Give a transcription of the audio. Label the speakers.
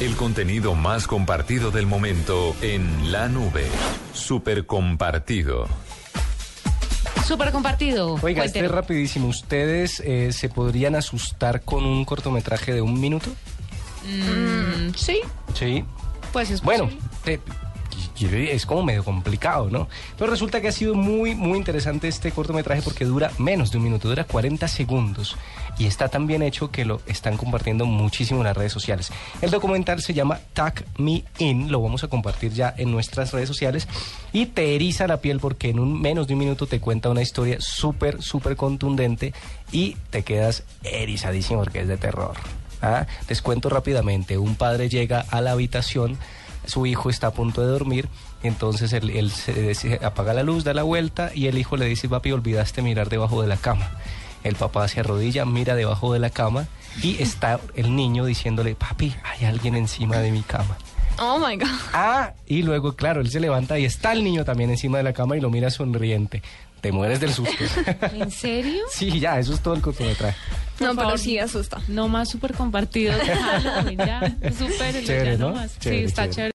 Speaker 1: El contenido más compartido del momento en la nube. Super compartido.
Speaker 2: Súper compartido.
Speaker 3: Oiga, este es
Speaker 2: Cuénteme.
Speaker 3: rapidísimo. ¿Ustedes eh, se podrían asustar con un cortometraje de un minuto?
Speaker 2: Mm, sí,
Speaker 3: Sí.
Speaker 2: pues es
Speaker 3: Bueno,
Speaker 2: posible.
Speaker 3: te- quiero decir, es como medio complicado, ¿no? Pero resulta que ha sido muy, muy interesante este cortometraje porque dura menos de un minuto, dura 40 segundos y está tan bien hecho que lo están compartiendo muchísimo en las redes sociales. El documental se llama Tag Me In, lo vamos a compartir ya en nuestras redes sociales y te eriza la piel porque en un menos de un minuto te cuenta una historia súper, súper contundente y te quedas erizadísimo porque es de terror. ¿ah? Les cuento rápidamente, un padre llega a la habitación su hijo está a punto de dormir, entonces él, él se, se apaga la luz, da la vuelta y el hijo le dice, papi, olvidaste mirar debajo de la cama. El papá se arrodilla, mira debajo de la cama y está el niño diciéndole, papi, hay alguien encima de mi cama.
Speaker 4: Oh my God.
Speaker 3: Ah, y luego, claro, él se levanta y está el niño también encima de la cama y lo mira sonriente. Te mueres del susto.
Speaker 2: ¿En serio?
Speaker 3: sí, ya, eso es todo el cortometraje.
Speaker 2: Por
Speaker 4: No, pero
Speaker 2: favor.
Speaker 4: sí asusta.
Speaker 2: No más súper compartido. déjalo, ya, súper,
Speaker 3: Chévere,
Speaker 2: ya no
Speaker 3: ¿no?
Speaker 2: más.
Speaker 3: Chévere,
Speaker 2: sí, está
Speaker 3: chévere.
Speaker 2: chévere.